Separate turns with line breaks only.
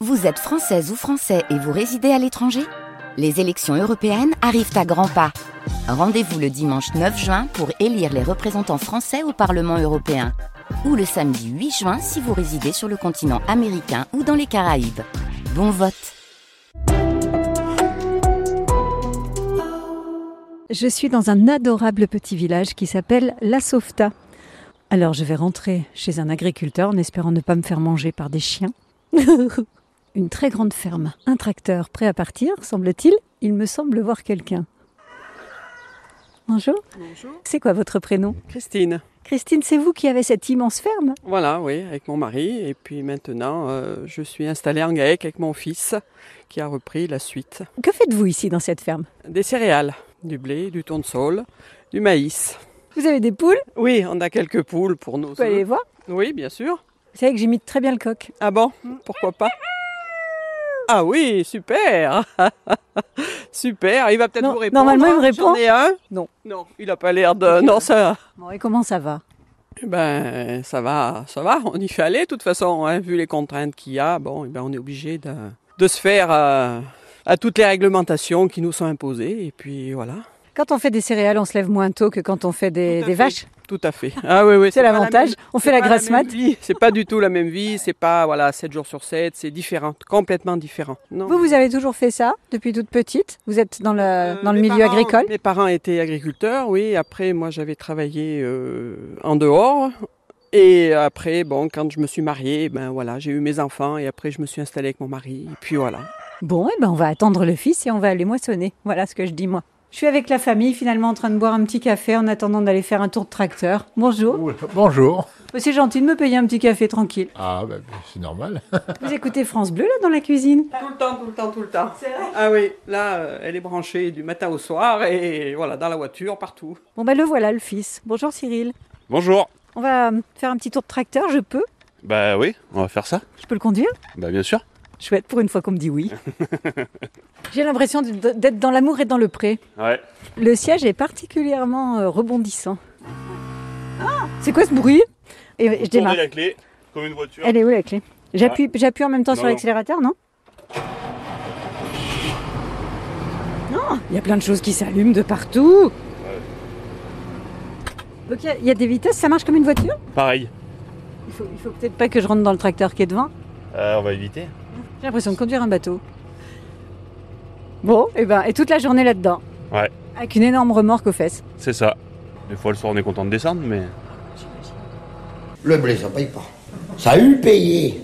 Vous êtes française ou français et vous résidez à l'étranger Les élections européennes arrivent à grands pas. Rendez-vous le dimanche 9 juin pour élire les représentants français au Parlement européen. Ou le samedi 8 juin si vous résidez sur le continent américain ou dans les Caraïbes. Bon vote
Je suis dans un adorable petit village qui s'appelle La Sauvetat. Alors je vais rentrer chez un agriculteur en espérant ne pas me faire manger par des chiens. Une très grande ferme, un tracteur prêt à partir, semble-t-il. Il me semble voir quelqu'un. Bonjour,
Bonjour.
c'est quoi votre prénom
Christine.
Christine, c'est vous qui avez cette immense ferme
Voilà, oui, avec mon mari. Et puis maintenant, euh, je suis installée en GAEC avec mon fils qui a repris la suite.
Que faites-vous ici dans cette ferme
Des céréales, du blé, du tournesol, du maïs.
Vous avez des poules
Oui, on a quelques poules pour nos
Vous pouvez aller les voir
Oui, bien sûr.
Vous savez que j'imite très bien le coq.
Ah bon Pourquoi pas Ah oui, super Super, il va peut-être
Non,
vous répondre.
normalement, il me
hein. J'en
répond.
ai un
Non.
Non, il n'a pas l'air de... Non, ça...
Bon, et comment ça va
Eh Ben, ça va, ça va, on y fait aller de toute façon, hein, vu les contraintes qu'il y a, bon, eh ben, on est obligé de, de se faire euh, à toutes les réglementations qui nous sont imposées, et puis voilà.
Quand on fait des céréales, on se lève moins tôt que quand on fait des,
Tout à
des
fait.
vaches.
Tout à fait. Ah oui, oui.
C'est
pas la
l'avantage.
même-
On
c'est
fait la
pas
grasse
même
mat.
vie, C'est pas du tout la même vie, c'est pas, voilà, 7 jours sur 7, c'est différent, complètement différent. Non.
Vous, vous avez toujours fait ça depuis toute petite Vous êtes dans le,
Euh,
dans le
mes
milieu
parents-
agricole
Mes parents étaient agriculteurs, oui. Après, moi, j'avais travaillé euh, en dehors. Et après, bon, quand je me suis mariée, ben voilà, j'ai eu mes enfants et après, je me suis installée avec mon mari. Et puis voilà.
Bon, eh ben, on va attendre le fils et on va aller moissonner. Voilà ce que je dis, moi. Je suis avec la famille, finalement, en train de boire un petit café en attendant d'aller faire un tour de tracteur. Bonjour.
Oula, Bonjour.
C'est gentil de me payer un petit café tranquille.
Ah, bah, c'est normal.
Vous écoutez France Bleu, là, dans la cuisine
Tout le temps, tout le temps, tout le temps. Ah oui, là, euh, elle est branchée du matin au soir et voilà, dans la voiture, partout.
Bon, ben, le voilà, le fils. Bonjour, Cyril.
Bonjour.
On va euh, faire un petit tour de tracteur, je peux
Bah oui, on va faire ça.
Je peux le conduire
Bah bien sûr.
Chouette, pour une fois qu'on me dit oui. J'ai l'impression de- d'être dans l'amour et dans le pré.
Ouais.
Le siège est particulièrement euh, rebondissant. C'est quoi ce bruit Et je démarre.
la clé comme une voiture.
Elle est où la clé J'appuie j'appuie en même temps
Non,
sur
non.
l'accélérateur, non Non Il y a plein de choses qui s'allument de partout Donc il y a- il y, a des vitesses, ça marche comme une voiture
Pareil.
Il faut, il faut peut-être pas que je rentre dans le tracteur qui est devant.
Euh, on va éviter.
J'ai l'impression de conduire un bateau. Bon, et ben, et toute la journée là-dedans.
Ouais.
Avec une énorme remorque aux fesses.
C'est ça. Des fois le soir on est content de descendre mais
Le blé, ça paye pas. Ça a eu payé.